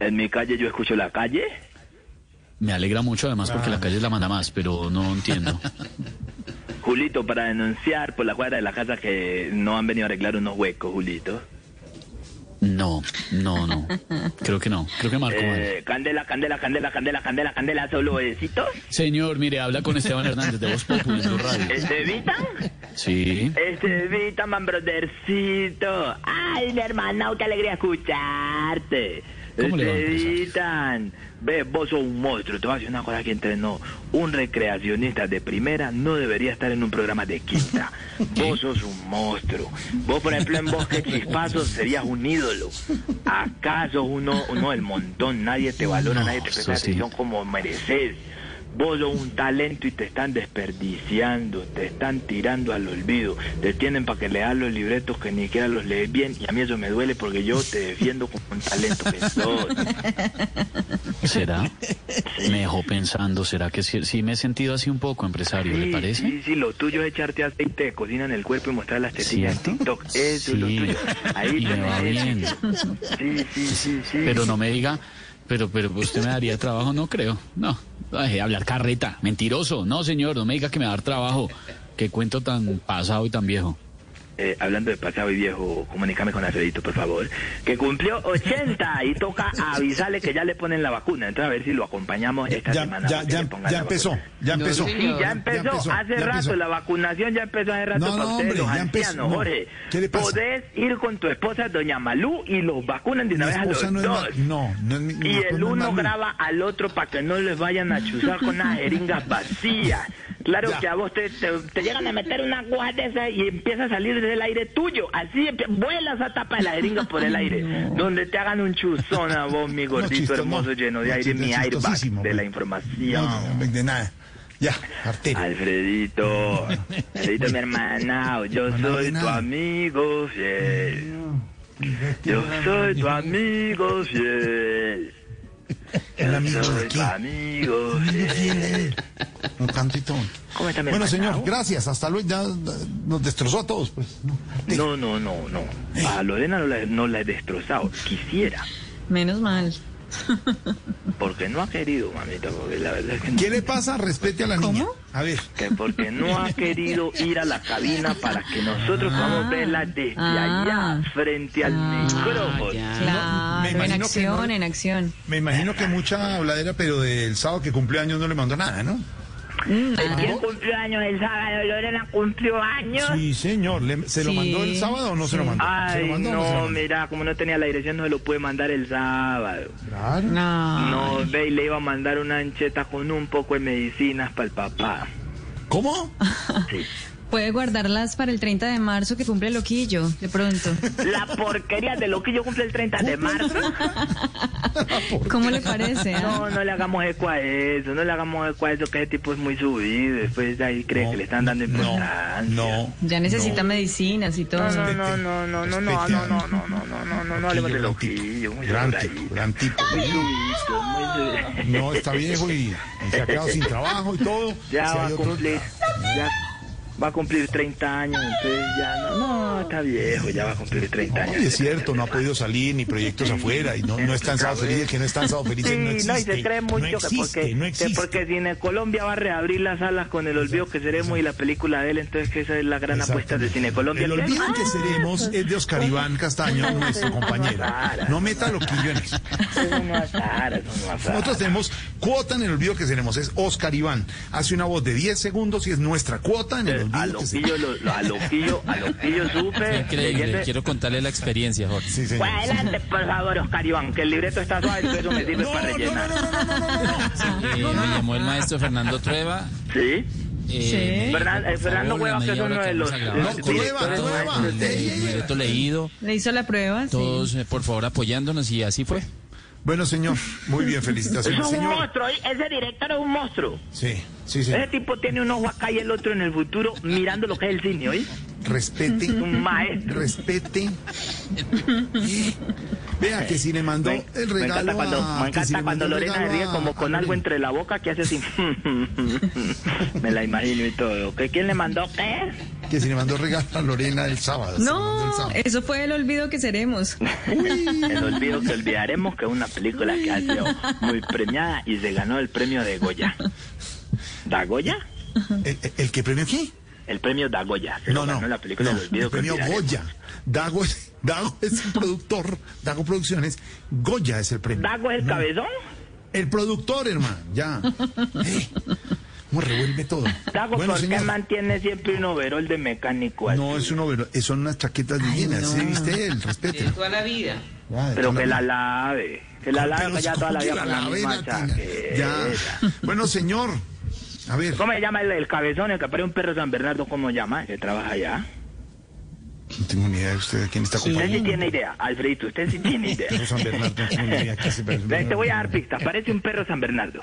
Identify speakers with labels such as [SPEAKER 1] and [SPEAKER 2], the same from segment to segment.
[SPEAKER 1] En mi calle yo escucho la calle.
[SPEAKER 2] Me alegra mucho además porque la calle es la manda más, pero no entiendo.
[SPEAKER 1] Julito, para denunciar por la cuadra de la casa que no han venido a arreglar unos huecos, Julito.
[SPEAKER 2] No, no, no. Creo que no. Creo que Marco. mal.
[SPEAKER 1] Eh, candela, candela, candela, candela, candela, candela, solo besitos.
[SPEAKER 2] Señor, mire, habla con Esteban Hernández de Voz Populi Blue Radio.
[SPEAKER 1] Estevitan,
[SPEAKER 2] Sí.
[SPEAKER 1] Estevitan, Este man brodercito. Ay, mi hermano, qué alegría escucharte.
[SPEAKER 2] ¿Cómo le va a
[SPEAKER 1] Estevitan, ve, vos sos un monstruo. Te voy a decir una cosa que entrenó. Un recreacionista de primera no debería estar en un programa de quinta. Vos sos un monstruo. Vos, por ejemplo, en Bosque Chispazo serías un ídolo. Acá sos uno, uno del montón. Nadie te valora,
[SPEAKER 2] No,
[SPEAKER 1] nadie te presta
[SPEAKER 2] eso sí.
[SPEAKER 1] atención como mereces. Vos sos un talento y te están desperdiciando, te están tirando al olvido, te tienen para que leas los libretos que ni siquiera los lees bien y a mí eso me duele porque yo te defiendo como un talento que sos.
[SPEAKER 2] ¿Será? Me dejó pensando, ¿será que sí, sí me he sentido así un poco, empresario? ¿Le
[SPEAKER 1] Sí,
[SPEAKER 2] parece?
[SPEAKER 1] Sí, sí, lo tuyo es echarte aceite de cocina en el cuerpo y mostrar las tetillas en
[SPEAKER 2] ¿Cierto?
[SPEAKER 1] TikTok. Eso
[SPEAKER 2] Sí.
[SPEAKER 1] es lo tuyo. Ahí
[SPEAKER 2] Y me va
[SPEAKER 1] tenés
[SPEAKER 2] bien.
[SPEAKER 1] éxito. Sí, sí, sí, sí.
[SPEAKER 2] Pero no me diga, pero, pero usted me daría trabajo, no creo. No, deje de hablar carreta, mentiroso. No, señor, no me diga que me va a dar trabajo. Qué cuento tan pasado y tan viejo.
[SPEAKER 1] Eh, hablando de pasado y viejo, comunícame con Alfredito, por favor. Que cumplió 80 y toca avisarle que ya le ponen la vacuna. Entonces, a ver si lo acompañamos esta
[SPEAKER 3] Ya,
[SPEAKER 1] semana.
[SPEAKER 3] ya,
[SPEAKER 1] antes que
[SPEAKER 3] ya,
[SPEAKER 1] pongan
[SPEAKER 3] ya
[SPEAKER 1] la
[SPEAKER 3] empezó,
[SPEAKER 1] vacuna.
[SPEAKER 3] ya empezó.
[SPEAKER 1] Sí, ya empezó, hace
[SPEAKER 3] ya
[SPEAKER 1] rato,
[SPEAKER 3] empezó.
[SPEAKER 1] la vacunación ya empezó hace rato
[SPEAKER 3] No,
[SPEAKER 1] para
[SPEAKER 3] no,
[SPEAKER 1] ustedes,
[SPEAKER 3] hombre,
[SPEAKER 1] los
[SPEAKER 3] ya empezó,
[SPEAKER 1] ancianos,
[SPEAKER 3] no.
[SPEAKER 1] Jorge.
[SPEAKER 3] ¿Qué le pasa?
[SPEAKER 1] Podés ir con tu esposa, doña Malú, y los vacunan de una
[SPEAKER 3] Mi
[SPEAKER 1] vez a los
[SPEAKER 3] esposa no es
[SPEAKER 1] dos.
[SPEAKER 3] ma- no, no es mi- mi
[SPEAKER 1] Y
[SPEAKER 3] esposa
[SPEAKER 1] el
[SPEAKER 3] no es
[SPEAKER 1] uno
[SPEAKER 3] Malú.
[SPEAKER 1] graba al otro para que no les vayan a chuzar con unas jeringas vacías. Claro
[SPEAKER 3] Ya.
[SPEAKER 1] que a vos te, te- te llegan a meter una aguja de esa y empieza a salir del aire tuyo. Así empie- vuela esa tapa de la jeringa por el aire. Donde te hagan un chuzón a vos, mi gordito
[SPEAKER 3] chisto-
[SPEAKER 1] hermoso,
[SPEAKER 3] no.
[SPEAKER 1] lleno de
[SPEAKER 3] No,
[SPEAKER 1] aire,
[SPEAKER 3] chiste-
[SPEAKER 1] mi airbag
[SPEAKER 3] chistosísimo,
[SPEAKER 1] de la
[SPEAKER 3] güey.
[SPEAKER 1] información.
[SPEAKER 3] No, no, de nada. Ya, harté.
[SPEAKER 1] Alfredito, Alfredito mi hermana, yo
[SPEAKER 3] No, no,
[SPEAKER 1] soy
[SPEAKER 3] de
[SPEAKER 1] tu
[SPEAKER 3] nada.
[SPEAKER 1] amigo fiel. Yo soy tu amigo fiel.
[SPEAKER 3] El amigo
[SPEAKER 1] Yo
[SPEAKER 3] de
[SPEAKER 1] soy tu
[SPEAKER 3] aquí.
[SPEAKER 1] amigo fiel.
[SPEAKER 3] No tanto y todo.
[SPEAKER 1] ¿Cómo está mi
[SPEAKER 3] Bueno,
[SPEAKER 1] hermana?
[SPEAKER 3] señor, gracias. Hasta luego. Ya eh, nos destrozó a todos, pues. No, harté.
[SPEAKER 1] No, no, no, no. A Lorena no la, no la he destrozado. Quisiera,
[SPEAKER 4] Menos mal.
[SPEAKER 1] porque no ha querido, mamita, porque la verdad es que no.
[SPEAKER 3] ¿Qué le pasa? Respete a la niña. A ver.
[SPEAKER 1] Que porque no ha querido ir a la cabina para que nosotros podamos verla desde
[SPEAKER 4] Ah.
[SPEAKER 1] allá, frente al micrófono.
[SPEAKER 3] me
[SPEAKER 4] Claro, en
[SPEAKER 3] imagino que no-
[SPEAKER 4] acción, en acción.
[SPEAKER 3] Me imagino que mucha habladera, pero del sábado que cumplió años no le mandó nada, ¿no?
[SPEAKER 1] ¿Quién cumplió años el sábado? ¿Lorena cumplió años?
[SPEAKER 3] Sí, señor. Le- ¿Se lo
[SPEAKER 4] Sí.
[SPEAKER 3] mandó el sábado o no se lo mandó? ¿Se lo
[SPEAKER 1] Ay,
[SPEAKER 3] mandó o se lo
[SPEAKER 1] no,
[SPEAKER 3] mandó?
[SPEAKER 1] mira, como no tenía la dirección, no se lo pude mandar el sábado.
[SPEAKER 3] Claro.
[SPEAKER 4] No.
[SPEAKER 1] No, ve, y le iba a mandar una ancheta con un poco de medicinas para el papá.
[SPEAKER 3] ¿Cómo?
[SPEAKER 4] Puede guardarlas para el 30 de marzo que cumple Loquillo, de pronto.
[SPEAKER 1] La porquería de lo que yo cumple el 30 de marzo.
[SPEAKER 4] ¿Cómo le parece? ah?
[SPEAKER 1] No, no le hagamos eco a eso, no le hagamos eco a eso, que ese tipo es muy subido. Después de ahí cree que le están dando
[SPEAKER 3] No,
[SPEAKER 1] importancia.
[SPEAKER 3] no.
[SPEAKER 4] Ya necesita medicinas y todo.
[SPEAKER 1] No, no, no, no, no, no, no, no, no, no, no, no, no, no, no, hablemos de
[SPEAKER 3] Gran
[SPEAKER 1] lo
[SPEAKER 3] tipo,
[SPEAKER 1] muy
[SPEAKER 3] gran
[SPEAKER 1] sobradito,
[SPEAKER 3] tipo, gran tipo.
[SPEAKER 1] muy subido, muy subido.
[SPEAKER 3] No, está viejo y, y se ha quedado sin trabajo y todo.
[SPEAKER 1] Ya
[SPEAKER 3] Si
[SPEAKER 1] va
[SPEAKER 3] hay
[SPEAKER 1] a
[SPEAKER 3] otro-
[SPEAKER 1] cumplir, ya va a cumplir 30 años, entonces ya no, no, está viejo, ya va a cumplir 30
[SPEAKER 3] No,
[SPEAKER 1] años.
[SPEAKER 3] y es cierto, no ha podido salir ni proyectos afuera y no, no es tan sábado feliz, el que no es tan sábado feliz
[SPEAKER 1] Sí,
[SPEAKER 3] no existe.
[SPEAKER 1] no, y se cree mucho
[SPEAKER 3] no existe,
[SPEAKER 1] que porque,
[SPEAKER 3] no
[SPEAKER 1] que
[SPEAKER 3] existe.
[SPEAKER 1] porque Cine va a reabrir las salas con el olvido que seremos y la película de él, entonces que esa es la gran apuesta de Cine Colombia.
[SPEAKER 3] El olvido que seremos es de Oscar Iván Castaño, nuestro compañero. No meta loquillo en eso.
[SPEAKER 1] Eso no azar, eso no azar.
[SPEAKER 3] Nosotros tenemos cuota en el olvido que seremos, es Oscar Iván. Hace una voz de 10 segundos y es nuestra cuota en el
[SPEAKER 1] Eh, A
[SPEAKER 3] olvido que seremos.
[SPEAKER 1] loquillo, lo- lo- a loquillo, a loquillo supe.
[SPEAKER 5] Increíble, quiero contarle la experiencia, Jorge.
[SPEAKER 3] Sí,
[SPEAKER 1] Pues
[SPEAKER 3] señor.
[SPEAKER 1] adelante, por favor, Oscar Iván, que el libreto está suave, entonces eso me sirve
[SPEAKER 3] No,
[SPEAKER 1] pues, para
[SPEAKER 3] no,
[SPEAKER 1] rellenar.
[SPEAKER 3] no, no, no, no, no, no, no.
[SPEAKER 5] Eh, me llamó el maestro Fernando Trueba.
[SPEAKER 1] ¿Sí?
[SPEAKER 5] eh,
[SPEAKER 4] Sí.
[SPEAKER 5] me dijo,
[SPEAKER 1] Fernan- eh,
[SPEAKER 5] por
[SPEAKER 1] Fernando
[SPEAKER 5] favor, la
[SPEAKER 1] Hueva, que
[SPEAKER 5] media
[SPEAKER 1] es
[SPEAKER 5] hora
[SPEAKER 1] uno
[SPEAKER 5] que
[SPEAKER 1] de
[SPEAKER 5] vamos
[SPEAKER 1] los
[SPEAKER 5] a grabar,
[SPEAKER 3] No,
[SPEAKER 1] los
[SPEAKER 3] Trueba,
[SPEAKER 1] directores
[SPEAKER 3] Trueba.
[SPEAKER 1] maestros de-
[SPEAKER 3] Ey, ey, ey.
[SPEAKER 5] libreto leído,
[SPEAKER 4] Le hizo la prueba, sí.
[SPEAKER 5] todos eh, por favor apoyándonos y así fue.
[SPEAKER 3] Bueno, señor, muy bien,
[SPEAKER 1] Eso
[SPEAKER 3] felicitaciones,
[SPEAKER 1] es un
[SPEAKER 3] señor.
[SPEAKER 1] monstruo, ¿eh? ese director es un monstruo.
[SPEAKER 3] Sí, sí, sí.
[SPEAKER 1] Ese tipo tiene un ojo acá y el otro en el futuro mirando lo que es el cine, ¿oí?
[SPEAKER 3] Respete,
[SPEAKER 1] Un maestro.
[SPEAKER 3] respete. Vea que si le mandó
[SPEAKER 1] Me,
[SPEAKER 3] el
[SPEAKER 1] me
[SPEAKER 3] regalo
[SPEAKER 1] encanta cuando,
[SPEAKER 3] a-
[SPEAKER 1] me
[SPEAKER 3] que si
[SPEAKER 1] encanta
[SPEAKER 3] le
[SPEAKER 1] cuando
[SPEAKER 3] mandó el
[SPEAKER 1] Lorena se
[SPEAKER 3] regalo
[SPEAKER 1] ríe
[SPEAKER 3] a-
[SPEAKER 1] como con
[SPEAKER 3] a
[SPEAKER 1] algo
[SPEAKER 3] Lorena.
[SPEAKER 1] entre la boca que hace así. me la imagino y todo. ¿Qué, ¿Quién le mandó qué?
[SPEAKER 3] Que si le mandó regalo a Lorena el sábado. se lo mandó el
[SPEAKER 4] No, eh.
[SPEAKER 3] sábado.
[SPEAKER 4] eso fue el olvido que seremos.
[SPEAKER 1] El olvido que olvidaremos que es una película que ha sido muy premiada y se ganó el premio de Goya. ¿Dagoya?
[SPEAKER 3] ¿El, el- el que premio aquí?
[SPEAKER 1] El premio Dagoya. se lo
[SPEAKER 3] No, no.
[SPEAKER 1] ganó la película
[SPEAKER 3] no,
[SPEAKER 1] El olvido
[SPEAKER 3] el
[SPEAKER 1] que
[SPEAKER 3] premio
[SPEAKER 1] olvidaremos.
[SPEAKER 3] Goya. Dago, es- Dago es un productor. Dago Producciones. Goya es el premio.
[SPEAKER 1] ¿Dago es el
[SPEAKER 3] No,
[SPEAKER 1] cabezón?
[SPEAKER 3] El productor, hermano. Ya. Eh, ¿Cómo revuelve todo?
[SPEAKER 1] Dago,
[SPEAKER 3] bueno,
[SPEAKER 1] ¿por qué
[SPEAKER 3] señor.
[SPEAKER 1] mantiene siempre un overol de mecánico así?
[SPEAKER 3] No, es un overol, eh, son unas chaquetas divinas. ¿Sí viste él? Respete.
[SPEAKER 6] toda la vida.
[SPEAKER 3] Ya, de
[SPEAKER 1] Pero
[SPEAKER 3] toda
[SPEAKER 1] que la lave. Que la lave
[SPEAKER 3] Pero
[SPEAKER 1] que ya
[SPEAKER 3] ¿cómo
[SPEAKER 1] toda la
[SPEAKER 3] que
[SPEAKER 1] vida
[SPEAKER 3] la
[SPEAKER 1] con la
[SPEAKER 3] lave,
[SPEAKER 1] misma
[SPEAKER 3] Natina?
[SPEAKER 1] chaqueta.
[SPEAKER 3] Ya. Bueno, señor. A ver.
[SPEAKER 1] ¿Cómo se llama el, el cabezón? El que parece un perro San Bernardo, ¿cómo se llama? Que trabaja allá.
[SPEAKER 3] No tengo ni idea de usted de quién está
[SPEAKER 1] Usted sí
[SPEAKER 3] acompañando.
[SPEAKER 1] tiene idea, Alfredito, usted sí tiene idea.
[SPEAKER 3] Perro San Bernardo, no tengo ni idea qué se parece.
[SPEAKER 1] Ve, Te voy a dar pistas, parece un perro San Bernardo.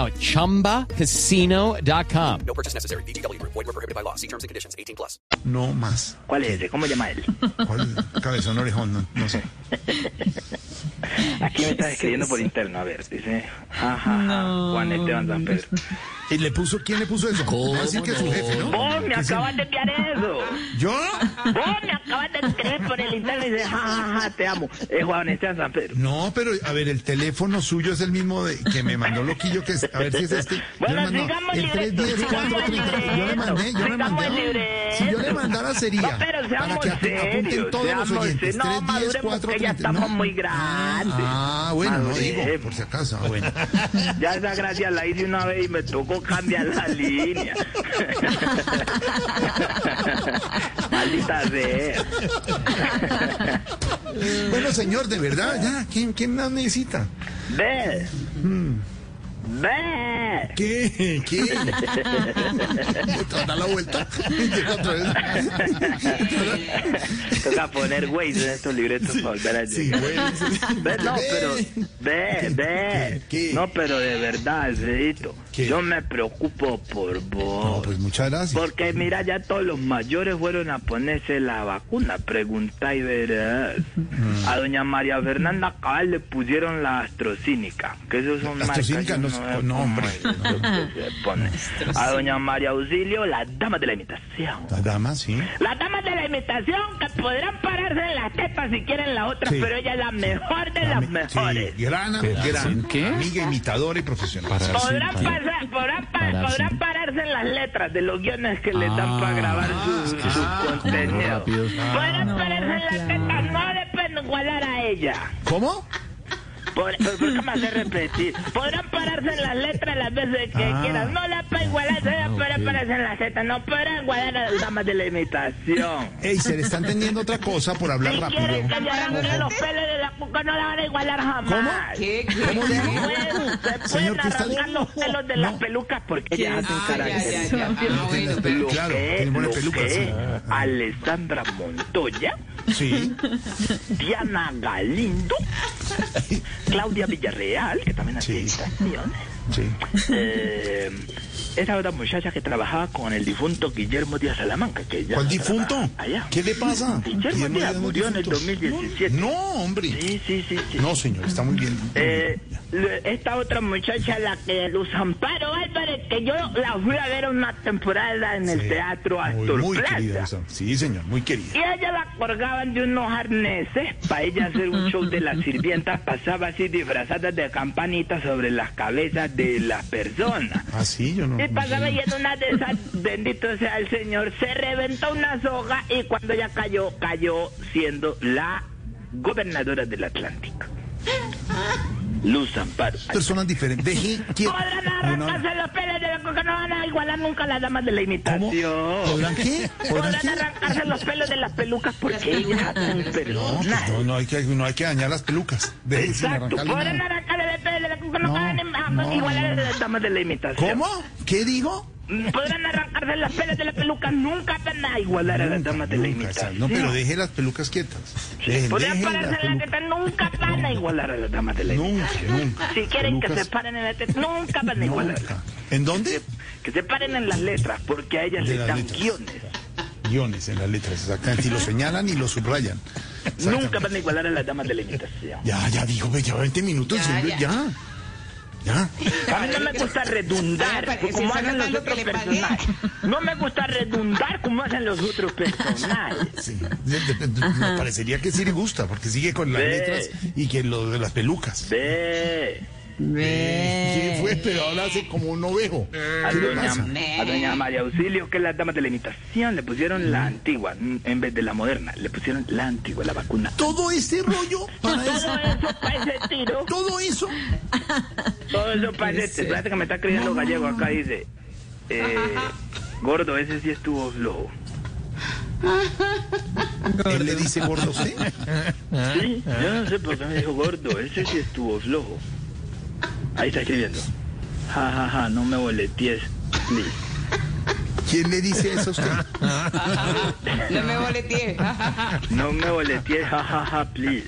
[SPEAKER 7] at chumbacasino.com.
[SPEAKER 3] no más.
[SPEAKER 1] ¿Cuál es ese? ¿Cómo se llama él?
[SPEAKER 3] ¿Cuál cabezón orejón? No, no sé.
[SPEAKER 1] Aquí me está escribiendo por interno, a ver, dice, ja, ja, ja, Juan Esteban San Pedro.
[SPEAKER 3] ¿Y le puso, ¿Quién le puso eso?
[SPEAKER 2] ¿Cómo
[SPEAKER 3] Va a decir Ah, que es su
[SPEAKER 2] no?
[SPEAKER 3] jefe, ¿no?
[SPEAKER 1] Vos me
[SPEAKER 3] Que es el-
[SPEAKER 1] acabas de enviar eso.
[SPEAKER 3] ¿Yo?
[SPEAKER 1] Vos me acabas de escribir por el interno y dice, ja, ja, ja, te amo. Es Juan Esteban San Pedro.
[SPEAKER 3] No, pero a ver, el teléfono suyo es el mismo de, que me mandó Loquillo, que es, a ver si es este.
[SPEAKER 1] Bueno,
[SPEAKER 3] yo le mandé,
[SPEAKER 1] sigamos
[SPEAKER 3] el
[SPEAKER 1] libreto,
[SPEAKER 3] 310 430. Yo le mandé, yo le
[SPEAKER 1] sigamos
[SPEAKER 3] mandé.
[SPEAKER 1] el libreto.
[SPEAKER 3] Si yo le mandara sería.
[SPEAKER 1] No, pero
[SPEAKER 3] para
[SPEAKER 1] seamos
[SPEAKER 3] que apu-
[SPEAKER 1] serios,
[SPEAKER 3] apunten todos los
[SPEAKER 1] seamos serios.
[SPEAKER 3] oyentes.
[SPEAKER 1] No,
[SPEAKER 3] 310
[SPEAKER 1] maduremos, que ya
[SPEAKER 3] 430.
[SPEAKER 1] estamos muy grandes.
[SPEAKER 3] Ah, bueno, no
[SPEAKER 1] Maduremos.
[SPEAKER 3] digo, por si acaso. Ah, bueno.
[SPEAKER 1] Ya esa gracia la hice una vez y me tocó cambiar la línea. Maldita sea.
[SPEAKER 3] bueno, señor, de verdad, ya, ¿quién, quién más necesita?
[SPEAKER 1] Ve. Ve.
[SPEAKER 3] ¿Qué? ¿Qué? Tras dar la vuelta. llega otra vez.
[SPEAKER 1] Toca poner güey en estos libretos para volver a
[SPEAKER 3] Sí,
[SPEAKER 1] llegar.
[SPEAKER 3] bueno. sí.
[SPEAKER 1] Ve, no,
[SPEAKER 3] Ve.
[SPEAKER 1] pero. Ve, ve.
[SPEAKER 3] ¿Qué? ¿Qué?
[SPEAKER 1] No, pero de verdad, Alfredito.
[SPEAKER 3] ¿Qué?
[SPEAKER 1] Yo me preocupo por vos.
[SPEAKER 3] No, pues muchas gracias.
[SPEAKER 1] Porque mira, ya todos los mayores fueron a ponerse la vacuna. Pregunta y verás.
[SPEAKER 3] Mm.
[SPEAKER 1] A doña María Fernanda Cabal le pusieron la astrocínica. Que esos son
[SPEAKER 3] La
[SPEAKER 1] marcas
[SPEAKER 3] AstraZeneca
[SPEAKER 1] y
[SPEAKER 3] no
[SPEAKER 1] uno
[SPEAKER 3] se-
[SPEAKER 1] ve
[SPEAKER 3] no,
[SPEAKER 1] cómo
[SPEAKER 3] hombre,
[SPEAKER 1] es eso que se pone. A doña María Auxilio, las damas de la imitación.
[SPEAKER 3] La dama, sí.
[SPEAKER 1] Las damas de la imitación que podrán pararse en las tepas si quieren la otra,
[SPEAKER 3] Sí.
[SPEAKER 1] pero ella es la mejor de
[SPEAKER 3] Sí,
[SPEAKER 1] las mejores.
[SPEAKER 3] gran,
[SPEAKER 2] Pero,
[SPEAKER 3] gran.
[SPEAKER 2] ¿hacen qué?
[SPEAKER 3] Amiga, imitadora y profesional.
[SPEAKER 1] Podrán, pasar- podrán, pa-
[SPEAKER 2] Pararse.
[SPEAKER 1] podrán pararse en las letras de los guiones que le dan
[SPEAKER 2] Ah,
[SPEAKER 1] para grabar su,
[SPEAKER 2] es que
[SPEAKER 1] su
[SPEAKER 2] ah, como
[SPEAKER 1] contenido.
[SPEAKER 2] rápido.
[SPEAKER 1] Podrán
[SPEAKER 4] No,
[SPEAKER 1] pararse en las
[SPEAKER 4] claro.
[SPEAKER 1] tetas, no le pueden igualar a ella.
[SPEAKER 3] ¿Cómo?
[SPEAKER 1] Por, por- ¿por qué me hace repetir? Podrán pararse en las letras las veces que
[SPEAKER 3] Ah.
[SPEAKER 1] quieran. No la pueden igualar, no la podrán pararse en las letras. No podrán igualar a las damas de la imitación.
[SPEAKER 3] Ey, se le está entendiendo otra cosa por hablar
[SPEAKER 1] Si quieren
[SPEAKER 3] rápido.
[SPEAKER 1] que le arranquen los pelos de la cuca, no la van a igualar jamás.
[SPEAKER 6] ¿Qué?
[SPEAKER 3] ¿Cómo dijo?
[SPEAKER 1] Pueden- se
[SPEAKER 3] Señor,
[SPEAKER 1] pueden
[SPEAKER 3] ¿qué está
[SPEAKER 1] arrancar los
[SPEAKER 3] diciendo?
[SPEAKER 1] pelos de
[SPEAKER 3] No.
[SPEAKER 1] las pelucas porque
[SPEAKER 6] ¿Qué?
[SPEAKER 1] ellas hacen
[SPEAKER 6] Ah, ya,
[SPEAKER 1] carácter.
[SPEAKER 6] ya, ya. Ah, bueno,
[SPEAKER 3] Tiene
[SPEAKER 6] pero...
[SPEAKER 3] las Claro,
[SPEAKER 1] que,
[SPEAKER 3] tiene Ah, buena
[SPEAKER 1] lo
[SPEAKER 3] peluca,
[SPEAKER 1] que
[SPEAKER 3] sí.
[SPEAKER 1] es Alessandra Montoya,
[SPEAKER 3] Sí.
[SPEAKER 1] Diana Galindo, Claudia Villarreal, que también hacía
[SPEAKER 3] Sí.
[SPEAKER 1] imitaciones.
[SPEAKER 3] Sí.
[SPEAKER 1] Eh, esa otra muchacha que trabajaba con el difunto Guillermo Díaz Salamanca. Que ya
[SPEAKER 3] ¿Cuál
[SPEAKER 1] no
[SPEAKER 3] difunto?
[SPEAKER 1] trabaja allá.
[SPEAKER 3] ¿Qué le pasa?
[SPEAKER 1] Guillermo Díaz murió en el
[SPEAKER 3] difunto.
[SPEAKER 1] 2017.
[SPEAKER 3] No, hombre.
[SPEAKER 1] Sí, sí, sí. sí.
[SPEAKER 3] No, señor, está muy bien.
[SPEAKER 1] Eh, le- esta otra muchacha, la que Luz Amparo Álvarez, que yo la fui a ver una temporada en el
[SPEAKER 3] Sí.
[SPEAKER 1] Teatro
[SPEAKER 3] Eh, Muy-
[SPEAKER 1] Astor
[SPEAKER 3] Muy querida
[SPEAKER 1] Plaza.
[SPEAKER 3] esa. Sí, señor, muy querida.
[SPEAKER 1] Y ella la colgaban de unos arneses para ella hacer un show de las sirvientas. Pasaba así disfrazadas de campanitas sobre las cabezas de las personas.
[SPEAKER 3] Ah, sí, yo no.
[SPEAKER 1] Y pasaba
[SPEAKER 3] no
[SPEAKER 1] y
[SPEAKER 3] sé.
[SPEAKER 1] en una de esas, bendito sea el Señor, se reventó una soga y cuando ella cayó, cayó siendo la gobernadora del Atlántico.
[SPEAKER 8] Luz Amparo.
[SPEAKER 3] Personas diferentes. Deje que.
[SPEAKER 1] Podrán
[SPEAKER 3] No, no.
[SPEAKER 1] arrancarse los pelos de la coca, no van a igualar nunca a las damas de la
[SPEAKER 3] ¿Cómo?
[SPEAKER 1] imitación.
[SPEAKER 3] ¿Podrán qué? ¿Podrán
[SPEAKER 1] Podrán
[SPEAKER 3] qué?
[SPEAKER 1] arrancarse los pelos de las pelucas porque ellas hacen
[SPEAKER 3] No, pues
[SPEAKER 1] personas.
[SPEAKER 3] no, no hay que, no hay que dañar las pelucas. Deje sin
[SPEAKER 1] Exacto.
[SPEAKER 3] arrancarle
[SPEAKER 1] Podrán
[SPEAKER 3] nada.
[SPEAKER 1] arrancarse los pelos de la coca,
[SPEAKER 3] No,
[SPEAKER 1] no van
[SPEAKER 3] no,
[SPEAKER 1] a igualar a las damas de la imitación. Mm,
[SPEAKER 3] ¿Cómo? ¿Qué digo?
[SPEAKER 1] Podrán arrancarse los pelos de la peluca, nunca van a igualar a las damas de la
[SPEAKER 3] Nunca,
[SPEAKER 1] imitación.
[SPEAKER 3] no, pero deje las pelucas quietas. Deje,
[SPEAKER 1] Podrán
[SPEAKER 3] deje
[SPEAKER 1] pararse
[SPEAKER 3] las
[SPEAKER 1] en la
[SPEAKER 3] pelucas.
[SPEAKER 1] teta, nunca van a igualar a las damas de la imitación.
[SPEAKER 3] Nunca, nunca.
[SPEAKER 1] Si quieren que
[SPEAKER 3] Pelucas,
[SPEAKER 1] se paren en la teta, nunca van a igualarla.
[SPEAKER 3] nunca. ¿En dónde?
[SPEAKER 1] Que se paren en las letras, porque a ellas
[SPEAKER 3] De
[SPEAKER 1] les
[SPEAKER 3] las
[SPEAKER 1] dan
[SPEAKER 3] letras.
[SPEAKER 1] guiones.
[SPEAKER 3] Guiones en las letras, exactamente. Y lo señalan y lo subrayan. Exactamente.
[SPEAKER 1] Nunca van a igualar a las damas de la imitación.
[SPEAKER 3] Ya, ya dijo, ve, ya 20 minutos diciendo, ya. Ya.
[SPEAKER 1] A mí no me gusta
[SPEAKER 3] Ah,
[SPEAKER 1] redundar
[SPEAKER 4] Parece
[SPEAKER 1] como
[SPEAKER 4] esa
[SPEAKER 1] hacen
[SPEAKER 4] nota
[SPEAKER 1] los
[SPEAKER 4] lo
[SPEAKER 1] otros
[SPEAKER 4] que le pagué.
[SPEAKER 1] personajes. No me gusta redundar como hacen los otros personajes.
[SPEAKER 3] Sí. De- de- de- me parecería que sí le gusta, porque sigue con las
[SPEAKER 8] Ve.
[SPEAKER 3] letras y que lo de las pelucas.
[SPEAKER 8] Ve
[SPEAKER 3] ¿Qué fue? Pero ahora hace como un ovejo.
[SPEAKER 8] a
[SPEAKER 1] Eh,
[SPEAKER 3] ¿Qué le
[SPEAKER 8] doña,
[SPEAKER 3] pasa?
[SPEAKER 8] a doña María Auxilio, que es la dama de la imitación, le pusieron la antigua mm, en vez de la moderna. Le pusieron la antigua, la vacuna.
[SPEAKER 3] Todo este rollo para eso.
[SPEAKER 1] Todo eso para ese tiro.
[SPEAKER 3] Todo eso.
[SPEAKER 1] Todo eso para ese tiro. Espérate que me está creyendo gallego. Acá dice, eh, gordo, ese sí estuvo flojo.
[SPEAKER 3] Él le dice gordo a usted.
[SPEAKER 8] Sí, yo no sé por qué me dijo gordo, ese sí estuvo flojo. Ahí está escribiendo. Ja, ja, ja, no me boletees, please.
[SPEAKER 3] ¿Quién le dice eso a usted?
[SPEAKER 4] No me boleteé.
[SPEAKER 8] No me boletees, ja, ja, ja, please.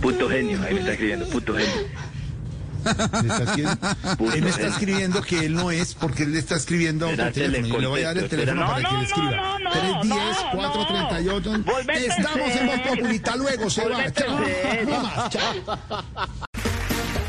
[SPEAKER 8] Puto genio, ahí me está escribiendo, puto genio.
[SPEAKER 3] Le está escribiendo- él le está escribiendo que él no es porque él le está escribiendo a otro
[SPEAKER 8] Espérate,
[SPEAKER 3] teléfono.
[SPEAKER 8] le
[SPEAKER 3] Yo le voy a dar el
[SPEAKER 8] contesto,
[SPEAKER 3] teléfono
[SPEAKER 8] espera.
[SPEAKER 3] para
[SPEAKER 1] No,
[SPEAKER 3] que
[SPEAKER 1] no,
[SPEAKER 3] le escriba.
[SPEAKER 1] no, no,
[SPEAKER 3] 310
[SPEAKER 1] no,
[SPEAKER 3] 438
[SPEAKER 1] Volvete
[SPEAKER 3] Estamos en
[SPEAKER 1] en
[SPEAKER 3] Voz
[SPEAKER 1] serio.
[SPEAKER 3] Populita luego, se va.
[SPEAKER 1] Volvete en
[SPEAKER 3] Chao.
[SPEAKER 1] serio.
[SPEAKER 3] No más, chao.